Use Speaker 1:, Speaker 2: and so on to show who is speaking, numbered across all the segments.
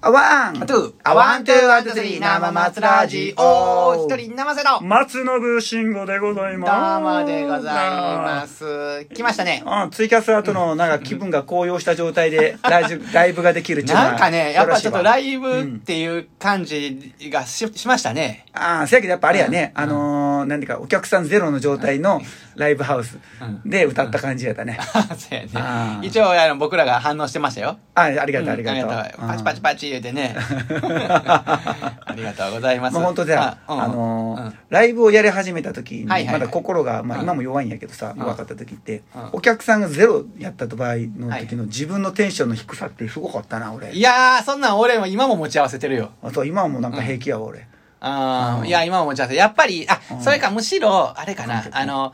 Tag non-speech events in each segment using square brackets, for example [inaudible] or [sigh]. Speaker 1: あわん
Speaker 2: トゥ
Speaker 1: あワントゥーワントゥースリー生松ラジオ
Speaker 2: 一人生せろ
Speaker 1: 松信慎吾でございます。
Speaker 2: どうもでございます。来ましたね。
Speaker 1: うん、ツイキャス後の、なんか気分が高揚した状態
Speaker 2: [laughs]
Speaker 1: で、ラジオ、ライブができるっていうのは
Speaker 2: なんかね、やっぱちょっと
Speaker 1: よろしいわ
Speaker 2: ライブっていう感じがししましたね。 [laughs]
Speaker 1: ああ、せやけどやっぱあれやね、あのー、なんていうか、お客さんゼロの状態のライブハウスで歌った感じやったね。
Speaker 2: そうや
Speaker 1: あ
Speaker 2: ね。
Speaker 1: ー
Speaker 2: 一応、あの、僕らが反応してましたよ。
Speaker 1: ああ、ありがとう、あり
Speaker 2: うん
Speaker 1: がとう。
Speaker 2: パチパチ
Speaker 1: チ。
Speaker 2: パチ言う
Speaker 1: [laughs]
Speaker 2: てね。ありがとうございます。
Speaker 1: まあ本当じゃあ、
Speaker 2: うん
Speaker 1: あの
Speaker 2: うん
Speaker 1: ー、ライブをやり始めた時に、
Speaker 2: は
Speaker 1: ま
Speaker 2: いはいはい
Speaker 1: だ心が、ま
Speaker 2: う
Speaker 1: あ
Speaker 2: ん
Speaker 1: 今も弱いんやけどさ、
Speaker 2: ん
Speaker 1: 弱かった時って
Speaker 2: うん、
Speaker 1: お客さんがゼロやった場合の
Speaker 2: はい
Speaker 1: 時の自分のテンションの低さってすごかったな、俺
Speaker 2: い。やー、そんなん俺も今も持ち合わせてるよ。
Speaker 1: あと今はもうなんか平気やわ、俺。
Speaker 2: あ
Speaker 1: う
Speaker 2: あ、
Speaker 1: ん
Speaker 2: いや、今も持ち合わせ。やっぱり、あ
Speaker 1: う、ん
Speaker 2: それか、むしろ、あれかな
Speaker 1: う、ん
Speaker 2: あの、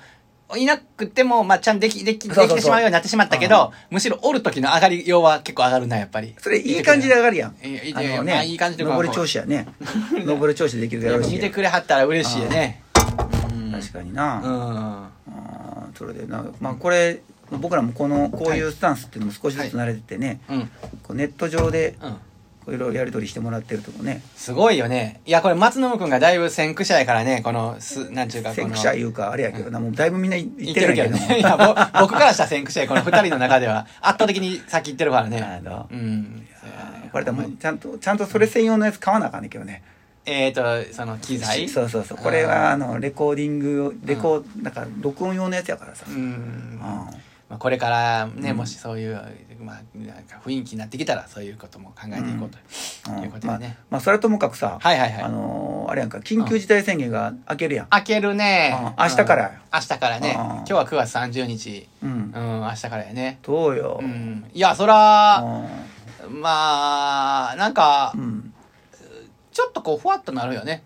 Speaker 2: いなくても、まあ、ちゃんとでき、でき、で
Speaker 1: そうそうそう
Speaker 2: きてしまうようになってしまったけど、むしろおる時の上がりようは結構上がるな、やっぱり。
Speaker 1: それいい感じで上がるやん。
Speaker 2: いやい
Speaker 1: あ
Speaker 2: や
Speaker 1: の
Speaker 2: いやいい感じというか
Speaker 1: 上り調子やね。上り調子できるからよろしい
Speaker 2: 見て
Speaker 1: やん。
Speaker 2: くれはったら嬉しいよね。うん
Speaker 1: 確かにな。
Speaker 2: うん。
Speaker 1: あーそれでなまあこれ僕らもこのこういうスタンスっていうのも少しずつ慣れててね、
Speaker 2: うん。
Speaker 1: こうネット上で
Speaker 2: うん。
Speaker 1: こういろいろやり取りしてもらってるとこね
Speaker 2: すごいよね。いや、これ、松信くんがだいぶ先駆者やからね、この、す、なんちゅうか、この。
Speaker 1: 先駆者いうかあれやけどなもうだいぶみんな言
Speaker 2: 言
Speaker 1: っ
Speaker 2: って
Speaker 1: る
Speaker 2: てる
Speaker 1: んや
Speaker 2: け
Speaker 1: けど
Speaker 2: どね。いや、ぼ僕からしたら先駆者や、この二人の中では、圧倒的に先行ってるか
Speaker 1: [laughs] な
Speaker 2: ら
Speaker 1: る
Speaker 2: ね
Speaker 1: ほ。ど
Speaker 2: うん。
Speaker 1: これでもうちゃんとちゃんとそれ専用のやつ買わなあかんねんけどね
Speaker 2: えーと、その機材
Speaker 1: そうそうそうこれはあのレコーディングレコーなんか録音用のやつやからさ、
Speaker 2: う
Speaker 1: うん
Speaker 2: ん。まあ、これからね、もしそういう、まあ、なんか雰囲気になってきたら、そういうことも考えていこうと
Speaker 1: うん
Speaker 2: いうこと
Speaker 1: ま
Speaker 2: で
Speaker 1: あ
Speaker 2: ね。、
Speaker 1: まあ、それはともかくさ、
Speaker 2: はいはいはい
Speaker 1: あのーあれやんか緊急事態宣言が明けるやん、
Speaker 2: 開けるね
Speaker 1: うん。明日から
Speaker 2: うん明日からね。
Speaker 1: うん
Speaker 2: 今日は9月30日。
Speaker 1: うん
Speaker 2: うん、明日からやね。
Speaker 1: どうよ、
Speaker 2: うん。いや、そら、
Speaker 1: う
Speaker 2: まあ、なんか
Speaker 1: ん、うん
Speaker 2: ちょっとこう、ふわっとなるよね。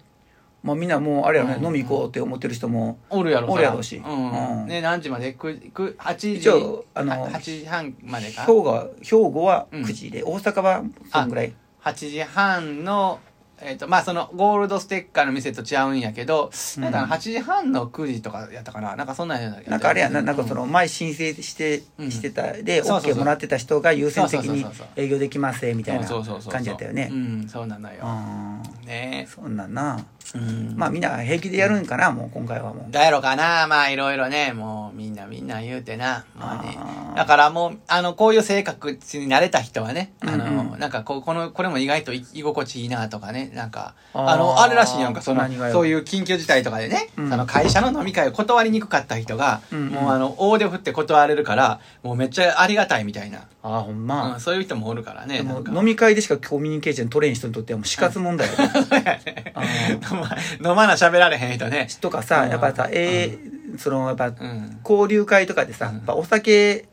Speaker 1: まあ、みんなもうあれやね、
Speaker 2: うん
Speaker 1: 飲み行こうって思ってる人も
Speaker 2: おるやろ
Speaker 1: おるやろし
Speaker 2: そらうん。
Speaker 1: うん
Speaker 2: ね、何時までくく ?8 時。
Speaker 1: 一応あの
Speaker 2: は8時半まで
Speaker 1: 兵
Speaker 2: か。
Speaker 1: 庫は兵庫は
Speaker 2: うん
Speaker 1: 9時で、大阪はそんぐらい
Speaker 2: 8時半の、えっとまあ、そのゴールドステッカーの店と違うんやけど、なんかあの
Speaker 1: うん
Speaker 2: 8時半の9時とかやったかななんかそんなんやったよね
Speaker 1: なんかあれやななんかそ
Speaker 2: うん
Speaker 1: の前申請して、
Speaker 2: うん
Speaker 1: してたで
Speaker 2: そうそう
Speaker 1: OK
Speaker 2: そう
Speaker 1: もらってた人が優先的に
Speaker 2: そうそうそうそう
Speaker 1: 営業できますみたいな
Speaker 2: そうそうそうそう
Speaker 1: 感じやったよね
Speaker 2: うんそうなの
Speaker 1: う
Speaker 2: よ、
Speaker 1: ん
Speaker 2: ね
Speaker 1: そんなんな
Speaker 2: うん
Speaker 1: まあみんな平気でやるんかなもう今回はもう
Speaker 2: だやろかなまあいろいろねもうみんなみんな言うてな、まあね
Speaker 1: あ、ー
Speaker 2: だからもうあのこういう性格に慣れた人はねあの、
Speaker 1: うんうん
Speaker 2: なんかこうこのこれも意外と居居心地いいなとかねなんか
Speaker 1: あー
Speaker 2: あのあるらしいやんかその
Speaker 1: 何がよ
Speaker 2: そういう緊急事態とかでね、
Speaker 1: うん
Speaker 2: その会社の飲み会を断りにくかった人が、
Speaker 1: うんうん
Speaker 2: もうあの大手振って断れるからもうめっちゃありがたいみたいな、
Speaker 1: ああほん
Speaker 2: う
Speaker 1: ま
Speaker 2: ん、、そういう人もおるからね
Speaker 1: でも
Speaker 2: なんか [laughs]
Speaker 1: 飲み会でしかコミュニケーション取れん人にとってはもう死活問題や [laughs] ねあー
Speaker 2: 飲まな喋られへん人ね
Speaker 1: とかさ、
Speaker 2: うん
Speaker 1: やっぱさ、えーそのやっぱ、
Speaker 2: ん
Speaker 1: 交流会とかでさ、
Speaker 2: うん
Speaker 1: やっぱお酒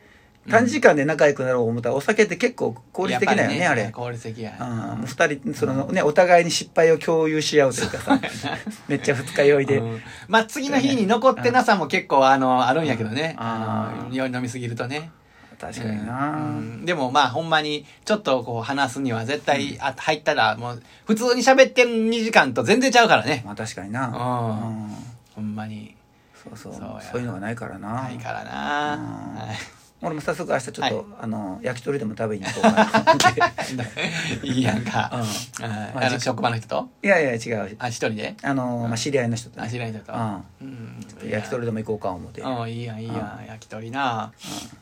Speaker 1: 短時間で仲良くなろう思ったらお酒って結構効率的だよね
Speaker 2: や
Speaker 1: あ
Speaker 2: っぱり
Speaker 1: れ。
Speaker 2: 効率的や
Speaker 1: うん、もう二人そのねお互いに失敗を共有し合うというか
Speaker 2: [laughs]
Speaker 1: さめっちゃ二日酔いで、
Speaker 2: うんまあ次の日に残ってなさも結構あのあるんやけどね、
Speaker 1: うん
Speaker 2: あ
Speaker 1: あ
Speaker 2: の飲みすぎるとね
Speaker 1: 確かにな、
Speaker 2: うんでもまあほんまにちょっとこう話すには絶対、あ入ったらもう普通に喋ってる2時間と全然ちゃうからね
Speaker 1: まあ確かにな、う
Speaker 2: う
Speaker 1: ん
Speaker 2: ほんまに
Speaker 1: そうそう
Speaker 2: そ
Speaker 1: そう
Speaker 2: や
Speaker 1: ういうのがないからな
Speaker 2: ないからな、
Speaker 1: うん
Speaker 2: はい
Speaker 1: 俺も早速明日ちょっと、
Speaker 2: はい
Speaker 1: あの焼き鳥でも食べに行こうかなと思
Speaker 2: [laughs]
Speaker 1: って
Speaker 2: いいやんか、
Speaker 1: うん
Speaker 2: あ
Speaker 1: まあ
Speaker 2: あの職場の人と
Speaker 1: いやいや違う
Speaker 2: あ一人で
Speaker 1: あの、まあ、知り合いの人と、
Speaker 2: あ
Speaker 1: ね
Speaker 2: 知らん人と、
Speaker 1: う
Speaker 2: うん
Speaker 1: ん、焼き鳥でも行こうか思って、
Speaker 2: うんいいやんいいやん焼き鳥な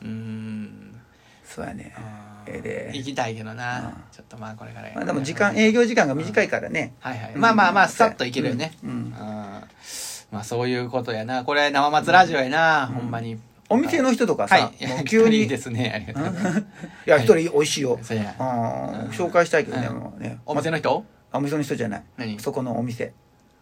Speaker 2: うん
Speaker 1: そうやね
Speaker 2: あー
Speaker 1: ええで
Speaker 2: 行きたいけどな、
Speaker 1: うん
Speaker 2: ちょっとまあこれからや
Speaker 1: まあ、でも時間営業時間が短いからね、
Speaker 2: はいはい、
Speaker 1: うん
Speaker 2: まあまあまあさっと行けるよね、
Speaker 1: うんうん
Speaker 2: まあそういうことやなこれ生松ラジオやな、ほんまに
Speaker 1: お店の人とか
Speaker 2: は
Speaker 1: さ、
Speaker 2: い
Speaker 1: もう
Speaker 2: 急
Speaker 1: 急
Speaker 2: に
Speaker 1: に
Speaker 2: いいですねありがとうございます
Speaker 1: いや一人美味しいよ、
Speaker 2: そうや
Speaker 1: あ
Speaker 2: うん
Speaker 1: ー紹介したいけどね、
Speaker 2: うん
Speaker 1: もうね
Speaker 2: お店の人
Speaker 1: あお店の人じゃない
Speaker 2: 何
Speaker 1: そこのお店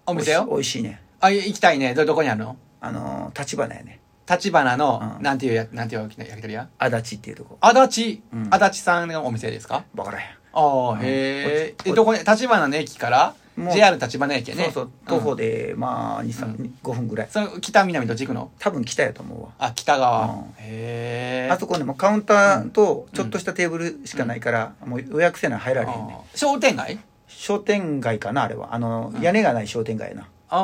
Speaker 2: お店
Speaker 1: 美
Speaker 2: よ
Speaker 1: 味しいね
Speaker 2: あ行きたいねどどこにあるの
Speaker 1: あの立花やね
Speaker 2: 立花の、
Speaker 1: うん
Speaker 2: なんていうやなんていう焼き鳥屋
Speaker 1: 足立っていうとこ
Speaker 2: 足立、
Speaker 1: うん
Speaker 2: 足立さんのお店ですか
Speaker 1: 分からへん
Speaker 2: ああへええどこに立花の駅から
Speaker 1: もう
Speaker 2: JR 立花駅やね
Speaker 1: そうそう徒歩
Speaker 2: ん
Speaker 1: で、まあ23、5分ぐらい
Speaker 2: その北南どっち行くの
Speaker 1: 多分来たやと思うわ
Speaker 2: あ北川、
Speaker 1: うん
Speaker 2: へえ
Speaker 1: あそこねもうカウンターとちょっとしたテーブルしかないから、もう予約せな入られへんね
Speaker 2: あー商店街
Speaker 1: 商店街かなあれはあの、屋根がない商店街やな、
Speaker 2: ああ、
Speaker 1: う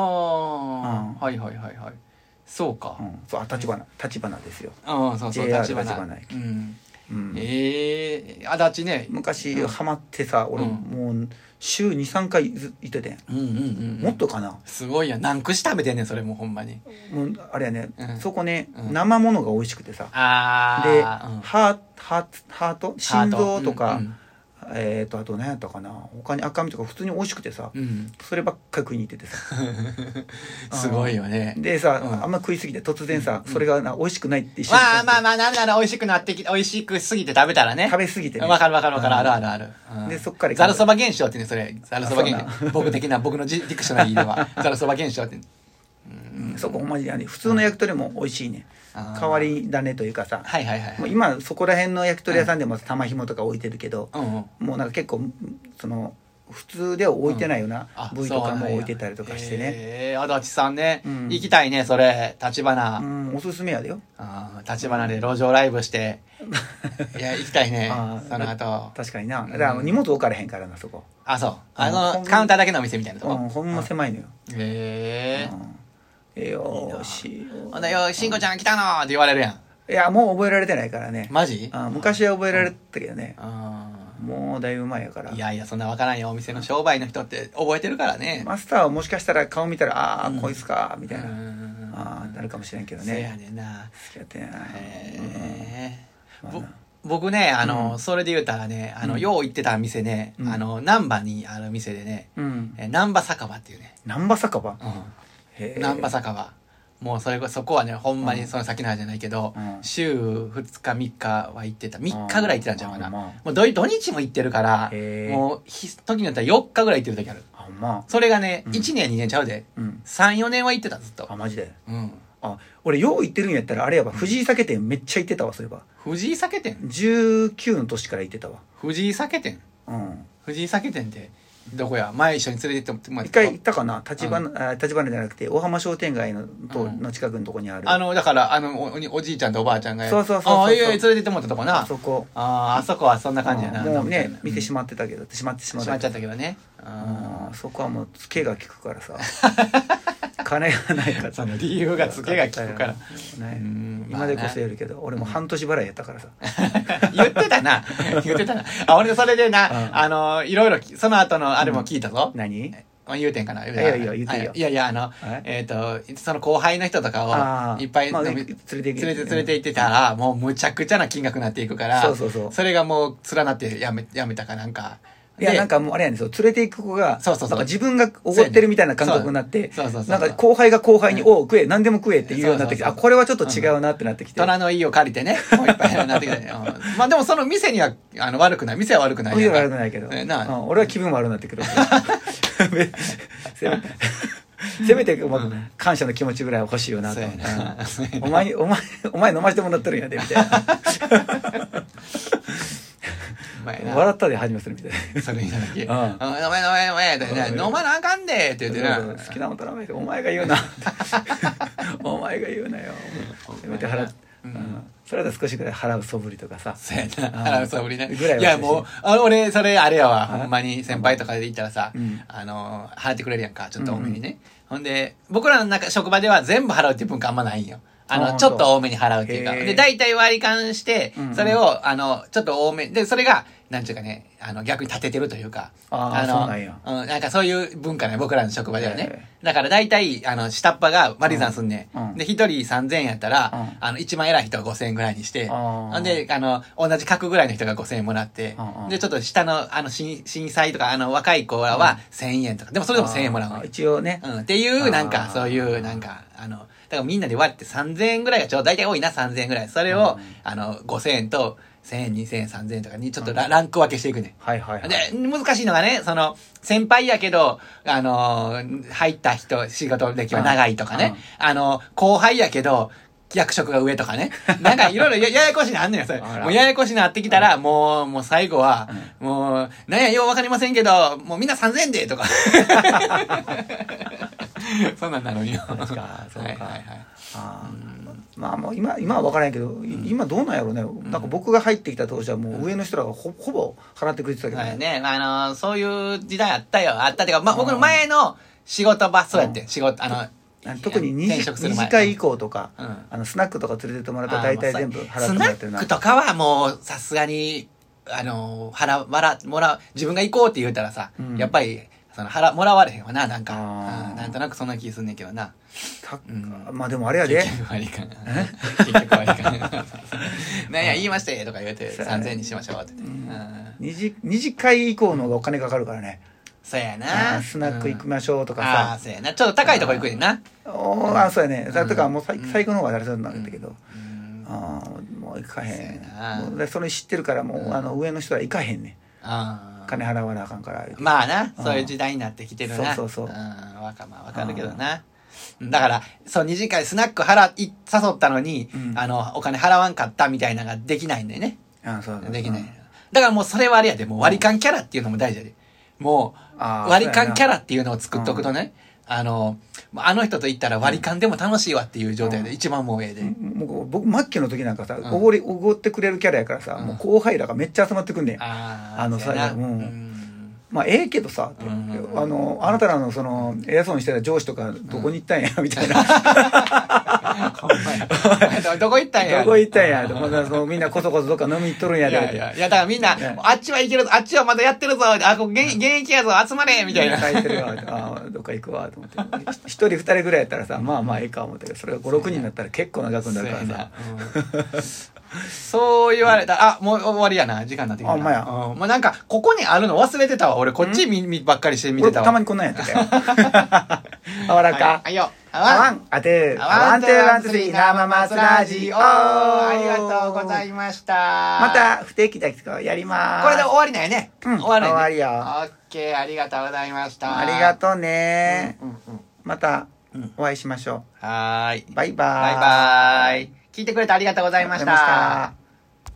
Speaker 1: ん
Speaker 2: はいはいはいはいそうか
Speaker 1: うん、そうあ立花立花ですよ
Speaker 2: うんそうそう
Speaker 1: JR
Speaker 2: 立花
Speaker 1: 立花駅
Speaker 2: うん
Speaker 1: うん
Speaker 2: ええー、足立ね。
Speaker 1: 昔
Speaker 2: うん
Speaker 1: ハマってさ俺
Speaker 2: うん
Speaker 1: もう週23回ず行っててん
Speaker 2: うんうんうん。
Speaker 1: もっとかな
Speaker 2: すごいやん。何串食べてんねん、それもうほんまに。
Speaker 1: もうあれやね
Speaker 2: うん
Speaker 1: そこね
Speaker 2: うん
Speaker 1: 生ものが美味しくてさ
Speaker 2: あ
Speaker 1: で
Speaker 2: ー。うん
Speaker 1: ハーハーツハート
Speaker 2: ハ
Speaker 1: 心
Speaker 2: ート
Speaker 1: 臓と
Speaker 2: う
Speaker 1: か
Speaker 2: ん
Speaker 1: えっとあと何やったかな他に赤身とか普通に美味しくてさ
Speaker 2: うんうん
Speaker 1: そればっかり食いに行っててさ
Speaker 2: すごいよね。
Speaker 1: で
Speaker 2: うん
Speaker 1: さあんま食いすぎて突然さそれがな美味しくないって一緒に
Speaker 2: まあまあまあ、なんなら美味しくなってき、美味しくすぎて食べたらね。
Speaker 1: 食べすぎてね
Speaker 2: わかるわかるわかる、
Speaker 1: うん
Speaker 2: あるあるある。うん
Speaker 1: でそっから
Speaker 2: ざるそば現象ってね、それ。ざるそば現
Speaker 1: あそ
Speaker 2: 象。僕的な、僕のジディクショナリー
Speaker 1: [laughs]
Speaker 2: では、ざるそば現象って。
Speaker 1: そこほんまにね普通の焼き鳥も美味しいね
Speaker 2: あー
Speaker 1: 代わり種というかさ
Speaker 2: はいはいはい
Speaker 1: も
Speaker 2: は
Speaker 1: う
Speaker 2: い。
Speaker 1: 今そこら辺の焼き鳥屋さんでも玉ひもとか置いてるけど、
Speaker 2: うんうん。
Speaker 1: もうなんか結構その普通では置いてないような部位とかも置いてたりとかしてね
Speaker 2: ええー、足立さんね、
Speaker 1: うん
Speaker 2: 行きたいね、それ、立
Speaker 1: う
Speaker 2: 花。
Speaker 1: んおすすめやでよ
Speaker 2: あー立花で路上ライ
Speaker 1: [laughs]
Speaker 2: ブして。いや、行きたいね
Speaker 1: あ、ー
Speaker 2: その後。
Speaker 1: 確かになだから荷物置かれへんからなそこ、
Speaker 2: あ、そう。あ
Speaker 1: ほ
Speaker 2: の、
Speaker 1: ん
Speaker 2: カウンターだけのお店みたいなと
Speaker 1: う
Speaker 2: こ。
Speaker 1: ん、ほんま狭いのよ、
Speaker 2: ええ
Speaker 1: う
Speaker 2: ー。
Speaker 1: ん、ええよーし
Speaker 2: ほんで、よ、しんこちゃん来たのーって言われるやん。
Speaker 1: いやもう覚えられてないからね、
Speaker 2: マジ
Speaker 1: あ、昔は覚えられてたけどね、
Speaker 2: あ
Speaker 1: もうだいぶ前やから
Speaker 2: ーいやいや、そんなわからんよ。お店の商売の人って覚えてるからね。
Speaker 1: マスターはもしかしたら顔見たらああー、こいつかみたいな、
Speaker 2: うん
Speaker 1: ああなるかもしれんけど
Speaker 2: せや
Speaker 1: ね
Speaker 2: ねんな。
Speaker 1: 好きやってんやな
Speaker 2: へー
Speaker 1: まあ
Speaker 2: ぼ
Speaker 1: な
Speaker 2: 僕ね、あの、それで言うたらね、あの、
Speaker 1: うん
Speaker 2: よう行ってた店ね、
Speaker 1: うん
Speaker 2: あの、難波にある店でね、
Speaker 1: うん
Speaker 2: え難波酒場っていうね、
Speaker 1: 難波酒場へえ
Speaker 2: 難波酒場。もうそれこそこはね、ほんまにその先の話じゃないけど、
Speaker 1: うん
Speaker 2: 週2日3日は行ってた。3日ぐらい行ってたんちゃうかな。
Speaker 1: うんまあまあ
Speaker 2: もう土土日も行ってるから、
Speaker 1: へー
Speaker 2: もうひ時によっては4日ぐらい行ってる時ある。
Speaker 1: あほんま
Speaker 2: それがね、
Speaker 1: うん
Speaker 2: 1年2年ちゃうで、
Speaker 1: うん
Speaker 2: 3、4年は行ってた、ずっと
Speaker 1: あ。マジで
Speaker 2: うん。
Speaker 1: あ俺よう行ってるんやったらあれやば藤井酒店めっちゃ行ってたわそういえば
Speaker 2: 藤井酒店
Speaker 1: 19の年から行ってたわ
Speaker 2: 藤井酒店
Speaker 1: うん
Speaker 2: 藤井酒店ってどこや前一緒に連れて行ってもらっ
Speaker 1: 一
Speaker 2: た
Speaker 1: 回行ったかな立花あ立花じゃなくて大浜商店街のと
Speaker 2: うん
Speaker 1: の近くのとこにある
Speaker 2: あのだからあのおおおじいちゃんとおばあちゃんが
Speaker 1: そうそうそうそう
Speaker 2: あいやいや連れて行ってもらったとこな
Speaker 1: あそこ
Speaker 2: あーあそこはそんな感じやな
Speaker 1: うんもうね見てし
Speaker 2: ま
Speaker 1: まってたけどしまってしま
Speaker 2: し
Speaker 1: った
Speaker 2: まっちゃっ
Speaker 1: け
Speaker 2: たけどね
Speaker 1: ど
Speaker 2: あ
Speaker 1: うんそこはもうツケが効く
Speaker 2: [laughs]
Speaker 1: からさ金がないから
Speaker 2: ーその理由がつけが利くから
Speaker 1: ね
Speaker 2: うん
Speaker 1: 今でこそやるけど俺も半年払いやったからさ
Speaker 2: [laughs] 言ってたな [laughs] 言ってたなあ俺それでな、
Speaker 1: うん
Speaker 2: あのいろいろきその後のあれも聞いたぞ、
Speaker 1: 何
Speaker 2: まあ、言うてんかない
Speaker 1: やいや言うていいよ
Speaker 2: いやいやあのえっ、とその後輩の人とか
Speaker 1: あ
Speaker 2: を
Speaker 1: ー
Speaker 2: いっぱい飲み、
Speaker 1: まあね
Speaker 2: 連れ
Speaker 1: 連
Speaker 2: て
Speaker 1: れて行け
Speaker 2: 連れて行ってたら、もうむちゃくちゃな金額になっていくから
Speaker 1: そうそうそう
Speaker 2: れがもう連なってやめやめたかなんか
Speaker 1: いや、
Speaker 2: で
Speaker 1: なんかもうあれやねん、そう、連れて行く子が、
Speaker 2: そうそうそう
Speaker 1: なんか自分がおごってるみたいな感覚になって、
Speaker 2: そうやねそうそうそう
Speaker 1: なんか後輩が後輩に、おう、食え、何でも食えって言うようになってきて、
Speaker 2: そうそ
Speaker 1: あ、
Speaker 2: うそう
Speaker 1: これはちょっと違うなってなってきて。
Speaker 2: 虎の意を借り
Speaker 1: [laughs]
Speaker 2: てねもういっぱいになってきたね、うんまあでもその店にはあの悪くない店は悪くない
Speaker 1: 見て
Speaker 2: やんか
Speaker 1: 悪くないけど、
Speaker 2: えなあ
Speaker 1: うん俺は気分悪くなってく
Speaker 2: [laughs]
Speaker 1: る。せめせめて、まあ、感謝の気持ちぐらいは欲しいよなと
Speaker 2: そう
Speaker 1: 思
Speaker 2: や
Speaker 1: って。
Speaker 2: なそうや
Speaker 1: うん
Speaker 2: な
Speaker 1: お前に、お前、お前飲ましてもらってるんやで、みたいな。
Speaker 2: お前な
Speaker 1: 笑ったで始めするみたいな。
Speaker 2: それになるけ、
Speaker 1: うん
Speaker 2: あ飲め飲め飲めってね
Speaker 1: うん
Speaker 2: 飲まなあかんでって言って
Speaker 1: そう
Speaker 2: な
Speaker 1: そう好きなもん取らないでお前が言うな
Speaker 2: [laughs]
Speaker 1: お前が言うなよせめて払っ
Speaker 2: うん
Speaker 1: うんそれだと少しぐらい払う素振りとかさ
Speaker 2: そうやな、
Speaker 1: うん
Speaker 2: 腹うさぶりね。
Speaker 1: ぐらいはい
Speaker 2: や、もう、あの俺、それ、あれやわ、
Speaker 1: はい
Speaker 2: ほんまに、先輩とかで行ったらさ
Speaker 1: うん、
Speaker 2: あの、払ってくれるやんか、ちょっと多めにね。ほんで、僕らの中、職場では全部払うっていう文化あんまないんよ。あ
Speaker 1: あ
Speaker 2: の、
Speaker 1: ー
Speaker 2: ちょっと多めに払うっていうか。
Speaker 1: へー
Speaker 2: で、大体割り勘して
Speaker 1: うんう、ん
Speaker 2: それを、あの、ちょっと多め、で、それが、なんちゅうかね、あの、逆に立ててるというか。
Speaker 1: あーそうなんや
Speaker 2: の、うん、なんかそういう文化ね、僕らの職場では
Speaker 1: へ
Speaker 2: ね。だから大体、あの、下っ端が割り算すんね
Speaker 1: うんうん
Speaker 2: ん。で、一人3000円やったら、
Speaker 1: う
Speaker 2: あの、一番偉い人は5000円ぐらいにして、
Speaker 1: あー
Speaker 2: ほんで、あの、同じ格ぐらいの人が5000円もらって
Speaker 1: うんう、ん
Speaker 2: で、ちょっと下の、あの、新震災とか、あの、若い子らは1000円とか、でもそれでも1000円もらうの
Speaker 1: あー
Speaker 2: よ。
Speaker 1: 一応ね
Speaker 2: うん、っていう、なん
Speaker 1: あ
Speaker 2: か、
Speaker 1: ー
Speaker 2: そういう、なんか、あの、だからみんなで割って3000円ぐらいがちょうど、大体多いな、3000円ぐらい。それを
Speaker 1: うん、
Speaker 2: あの、5000円と、1000円、2000円、3000円とかに、ちょっとラランク分けしていくねん。
Speaker 1: はいはいはい
Speaker 2: で、難しいのがね、その、先輩やけど、あのー、入った人、仕事歴は長いとかね、あの、後輩やけど、役職が上と
Speaker 1: [laughs]
Speaker 2: かね。なんかいろいろやややこしいなあんのよ、それ。
Speaker 1: あら
Speaker 2: もうややこしいなってきたら、もう、もう最後は、もう、なんや、ようわかりませんけど、もうみんな3000円で、
Speaker 1: [laughs]
Speaker 2: とか。そんなんなのよ。
Speaker 1: 確かそうか
Speaker 2: はいはいはい。
Speaker 1: あーまあもう今今は分からんけど、い今どうなんやろうねなんか僕が入ってきた当時はもう上の人らがほほぼ払ってくれてたけど
Speaker 2: はい
Speaker 1: ね
Speaker 2: ね、あの、そういう時代あったよ。あったっていうか、まあ、僕の前の仕事場、そうやって、仕事、あの、
Speaker 1: あの特に2
Speaker 2: 転
Speaker 1: 次
Speaker 2: 職する
Speaker 1: 二
Speaker 2: 前
Speaker 1: 次会以降とか、
Speaker 2: うん
Speaker 1: あのスナックとか連れてってもらったら
Speaker 2: あー
Speaker 1: 大体全部
Speaker 2: まあ
Speaker 1: 払ってもらってる
Speaker 2: スナ
Speaker 1: な
Speaker 2: ックとかはもうさすがにあの払わらもらう自分が行こうって言うたらさ、
Speaker 1: うん
Speaker 2: やっぱりその払もらわれへんわななんか
Speaker 1: あー
Speaker 2: うんなんとなくそんな気すんねんけどな
Speaker 1: た
Speaker 2: うん
Speaker 1: まあでもあれやで
Speaker 2: 結局はいかん [laughs] 結局はいか
Speaker 1: [laughs]
Speaker 2: んなんや言いましたよとか言うて
Speaker 1: そうやね
Speaker 2: 3000にしましょうって言って、うん
Speaker 1: 二次二次会以降の方がお金かかるからね
Speaker 2: そうや
Speaker 1: あ
Speaker 2: な
Speaker 1: ースナック行き
Speaker 2: うん
Speaker 1: ましょうとか
Speaker 2: ああ
Speaker 1: さ、
Speaker 2: そうやなちょっと高いとこ行くねんな
Speaker 1: おーあそうやね、だとかもうさ
Speaker 2: うん
Speaker 1: 最後の方が誰そうになるんだけど、
Speaker 2: うん
Speaker 1: ああもう行かへん
Speaker 2: そうやな
Speaker 1: もうでそれ知ってるからもう、
Speaker 2: うん
Speaker 1: あの上の人は行かへんね
Speaker 2: あー
Speaker 1: 金払わなあかんから言うて
Speaker 2: まあな、
Speaker 1: うん
Speaker 2: そういう時代になってきてるな。、
Speaker 1: そうそうそうん
Speaker 2: わか、まあわかるけどな。だから、そう、二次会スナック払い、誘ったのに、
Speaker 1: うん
Speaker 2: あの、お金払わんかったみたいなのができないんだよね。
Speaker 1: あそうそう
Speaker 2: できない。
Speaker 1: うん
Speaker 2: だからもうそれはあれやで、もう割り勘キャラっていうのも大事やで。も
Speaker 1: あ
Speaker 2: う、割り勘キャ
Speaker 1: ラ
Speaker 2: ラっていうのを作っとくとね、あの、あの人と行ったら割り勘でも楽しいわっていう状態で
Speaker 1: うん
Speaker 2: 一番もうええで。
Speaker 1: もう僕末期の時なんかさ
Speaker 2: うん
Speaker 1: おごりおごってくれるキャラやからさ、
Speaker 2: うん
Speaker 1: もう後輩らがめっちゃ集まってくんねん
Speaker 2: あ
Speaker 1: あの
Speaker 2: そうやな
Speaker 1: さもうんまあええけどさ、
Speaker 2: うん
Speaker 1: あのあなたらのその偉そうにしてた上司とかどこに行ったんや、みたいな
Speaker 2: ほんまやどどこ行ったんや。
Speaker 1: どこ行ったんやとまだそのみんなこそこそどっか飲み行っとるんや
Speaker 2: い
Speaker 1: で
Speaker 2: やいや、いやだからみんな
Speaker 1: ね、
Speaker 2: あっちはいけるぞ、あっちはまだやってるぞ、あ、ここ現現役やぞ、集まれみ
Speaker 1: み
Speaker 2: た
Speaker 1: た
Speaker 2: い
Speaker 1: い
Speaker 2: な
Speaker 1: な。書いてるわああどっか行くわと思って一人二人ぐらいやったらさまあまあええか思ったけどそれが56人になったら結構な額になるからさ
Speaker 2: そうやなうんそう言われた。あ、もう終わりやな。時間になってき
Speaker 1: あ
Speaker 2: たな。
Speaker 1: ほんまや
Speaker 2: うんもうなんか、ここにあるの忘れてたわ。俺、こっち見、見ばっかりして見て
Speaker 1: 俺
Speaker 2: たわ。
Speaker 1: たま
Speaker 2: に、
Speaker 1: にこんなんやってたよ [laughs] あわらか
Speaker 2: はいよ。あ
Speaker 1: あ
Speaker 2: わ
Speaker 1: ワ
Speaker 2: ん。
Speaker 1: ン当てる
Speaker 2: あ
Speaker 1: ワ
Speaker 2: わ
Speaker 1: ン
Speaker 2: ん、
Speaker 1: ツ
Speaker 2: ツ
Speaker 1: ー
Speaker 2: ー、
Speaker 1: ワ
Speaker 2: ワ
Speaker 1: ン
Speaker 2: ン、
Speaker 1: ツース
Speaker 2: ツー、ス
Speaker 1: リ
Speaker 2: リ
Speaker 1: ー
Speaker 2: ー、
Speaker 1: 生
Speaker 2: 生
Speaker 1: マ
Speaker 2: マ
Speaker 1: ス
Speaker 2: ス
Speaker 1: ラ
Speaker 2: ラ
Speaker 1: ジ
Speaker 2: ジ
Speaker 1: オ
Speaker 2: オ。ありがとうございました。
Speaker 1: また不定期だけどやります
Speaker 2: これで終わりなんやね。
Speaker 1: うん
Speaker 2: 終わりやね。
Speaker 1: 終わりよ
Speaker 2: オッケー、ありがとうございました。
Speaker 1: ありが
Speaker 2: う。
Speaker 1: とうね
Speaker 2: うんうん。
Speaker 1: また
Speaker 2: うん
Speaker 1: お会いしましょ
Speaker 2: はーい。
Speaker 1: うバイバー
Speaker 2: バイバイ。聞いてくれてありがとうございました。
Speaker 1: ありがとうございました